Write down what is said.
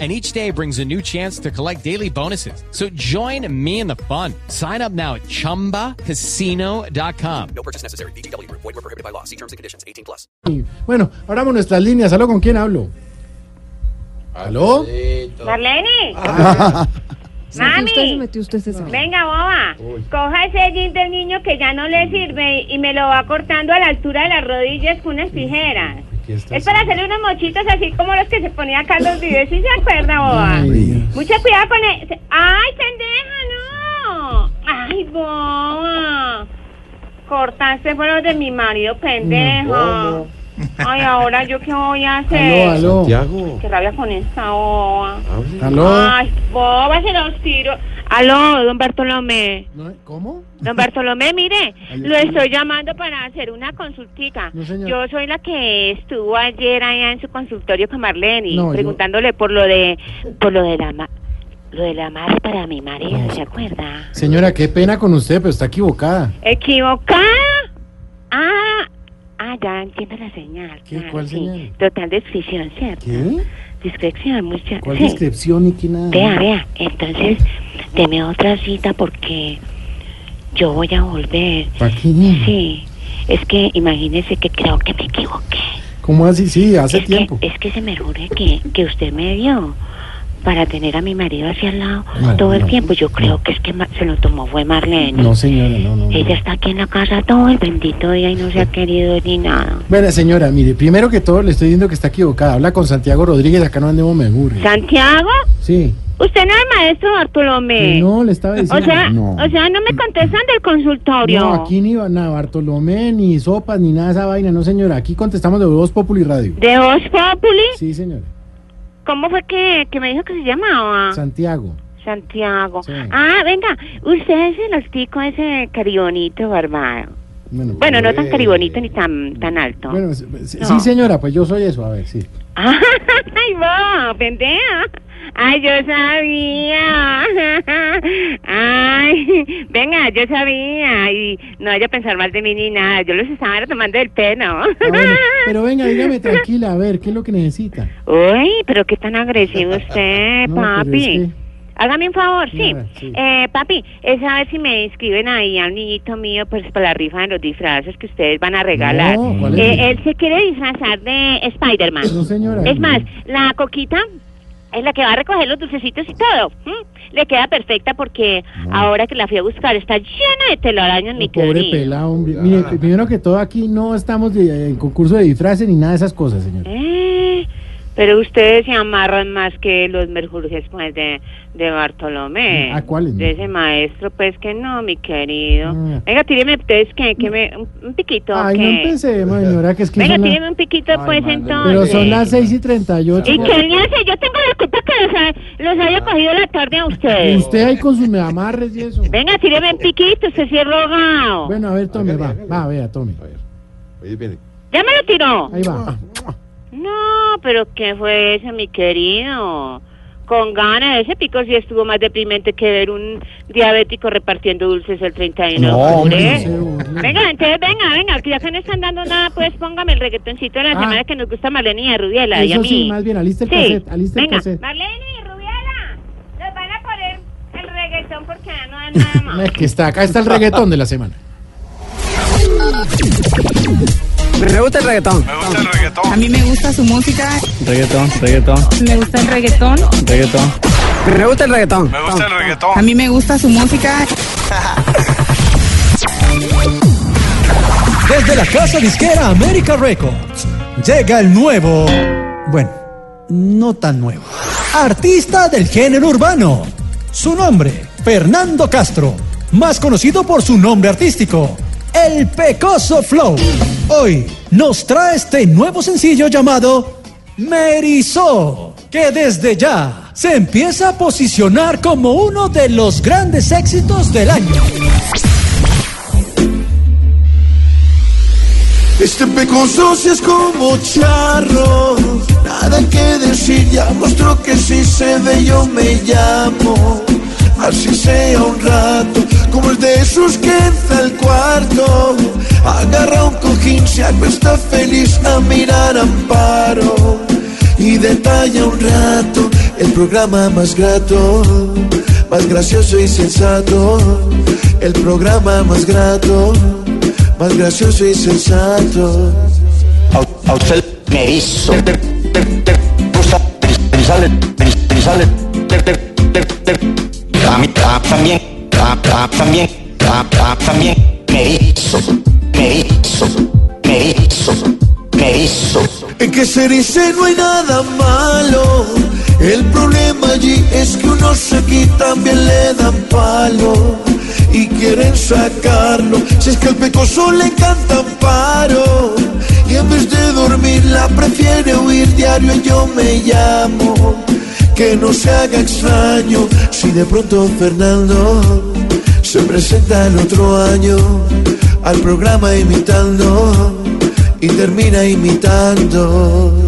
and each day brings a new chance to collect daily bonuses. So join me in the fun. Sign up now at ChumbaCasino.com. No purchase necessary. BGW. Void were prohibited by law. See terms and conditions. 18 plus. Bueno, abramos nuestras líneas. ¿Aló con quién hablo? ¿Aló? Marlene, Ah. Usted se mami, metió, usted se metió. venga boba, coja ese jean del niño que ya no le sirve y me lo va cortando a la altura de las rodillas con unas tijeras. Es para hacerle unos mochitos así como los que se ponía Carlos Vives, ¿sí se acuerda boba? Mucho cuidado con el... ¡Ay, pendeja, no! ¡Ay, boba! Cortaste por los de mi marido, pendejo. Ay, ahora yo qué voy a ¿Aló? hacer. ¿Aló? Qué rabia con esta boba. ¿Aló? Ay, boba, se los tiro. Aló, don Bartolomé. No, ¿Cómo? Don Bartolomé, mire, Ahí lo está. estoy llamando para hacer una consultica. No, señor. Yo soy la que estuvo ayer allá en su consultorio con Marlene, No, yo- preguntándole por lo de, por lo de la, ma- lo de la mar para mi marido, ¿se acuerda? Señora, qué pena con usted, pero está equivocada. ¿Equivocada? Ah, ah, ya entiendo la señal. ¿Qué? claro, ¿Cuál sí. señal? Total descripción, ¿cierto? ¿Qué? Discreción, mucha. ¿Cuál sí. descripción y qué nada? Vea, vea, entonces deme otra cita porque yo voy a volver. ¿Para qué? Sí, es que imagínese que creo que me equivoqué. ¿Cómo así? Sí, hace es, tiempo. Que, es que se me jure que, que usted me dio para tener a mi marido hacia al lado No, todo el no, tiempo. Yo creo que es que ma- se lo tomó fue Marlene. No, señora, no, no. no. eh, Ella está aquí en la casa todo el bendito día y no se ha querido ni nada. Bueno, señora, mire, primero que todo le estoy diciendo que está equivocada. Habla con Santiago Rodríguez, acá no andemos mejores. Santiago, Sí. usted no es maestro Bartolomé. No, le estaba O diciendo. sea, no. o sea, no me contestan del consultorio. No, aquí ni van a Bartolomé, ni sopas, ni nada de esa vaina. No, señora, aquí contestamos de Voz Populi Radio. ¿De Voz Populi? Sí, señora. ¿Cómo fue que, que me dijo que se llamaba? Santiago. Santiago. Sí. Ah, venga, usted es el hostico ese caribonito barbado. Bueno, eh, Bueno, no tan caribonito ni tan tan alto. Bueno, s- s- No. sí, señora, pues yo soy eso, a ver, sí. ¡Ay, vos, pendeja! ¡Ay, yo sabía! ¡Ay! Venga, yo sabía. Y no vaya a pensar mal de mí ni nada. Yo los estaba tomando del pelo. Ah, bueno, pero venga, dígame tranquila, a ver, ¿qué es lo que necesita? Uy, pero qué tan agresivo usted, No, pero papi. es que- Hágame un favor, sí. Nada, sí. Eh, papi, es a ver si me inscriben ahí a un niñito mío pues para la rifa de los disfraces que ustedes van a regalar. No, ¿cuál es? Eh, él se quiere disfrazar de Spider-Man. pues, No, señora. Es más, la coquita es la que va a recoger los dulcecitos y todo. ¿m? Le queda perfecta porque ahora que la fui a buscar está llena de telarañas, mi Pobre querido. pelado, hombre. Mire, primero que todo, aquí no estamos de- en concurso de disfraces ni nada de esas cosas, señor. Eh, pero ustedes se amarran más que los merjurjes pues, de, de Bartolomé. ¿A cuáles? De ese maestro, pues que no, mi querido. Ah. Venga, tíreme ustedes que, que me, un, un piquito. Ay, no que- empecemos, señora, que es que. Venga, son la- tíreme un piquito, pues entonces. Pero son las 6 y 38. ¿Y qué le hace? Yo tengo la culpa que los, ha- los haya cogido la tarde a Y ustedes. usted ahí con sus amarres y eso. Venga, tíreme un piquito, usted sí es rogado. Bueno, a ver, tome, va, va, vea, tome. Oye, viene. ¿Ya me lo tiró? Ahí va. No, pero ¿qué fue eso, mi querido? Con ganas, ese pico sí estuvo más deprimente que ver un diabético repartiendo dulces el 31 No, de hombre, octubre. no se burle. venga, entonces venga, venga, que ya que no están dando nada, pues póngame el reggaetoncito de la Ah. semana que nos gusta a Marlene y a Rubiela y a Eso mí. sí, más bien, aliste el Sí, cassette, aliste el venga, cassette. Marlene y Rubiela, nos van a poner el reggaetón porque ya no dan nada más. Es que está, acá está el reggaetón de la semana. A mí me gusta su música, Reggaetón, reggaetón, me gusta el reggaetón. reggaetón. A mí me gusta su música. Desde la casa disquera America Records llega el nuevo, bueno, no tan nuevo, artista del género urbano. Su nombre, Fernando Castro, más conocido por su nombre artístico, El Pecoso Flow. Hoy nos trae este nuevo sencillo llamado Me erizó, que desde ya se empieza a posicionar como uno de los grandes éxitos del año. Este con socios como charro, nada que decir, ya mostró que si se ve yo me llamo. Así sea un rato, como el de sus que entra al cuarto. Agarra un cojín, se acuesta feliz a mirar amparo. Y detalla un rato el programa más grato, más gracioso y sensato. El programa más grato más gracioso y sensato. A, a usted me hizo. Te, te, te, gusta tris- Trizales, tris- trizales. Te- te- te- te- A mí a- también, a- a- también, a- a- también me hizo. Me hizo, me hizo, me hizo. En que se dice no hay nada malo. El problema allí es que unos aquí también le dan palo y quieren sacarlo. Si es que al pecoso le canta amparo y en vez de dormir la prefiere huir diario. Yo me llamo, que no se haga extraño si de pronto Fernando se presenta el otro año al programa imitando y termina imitando.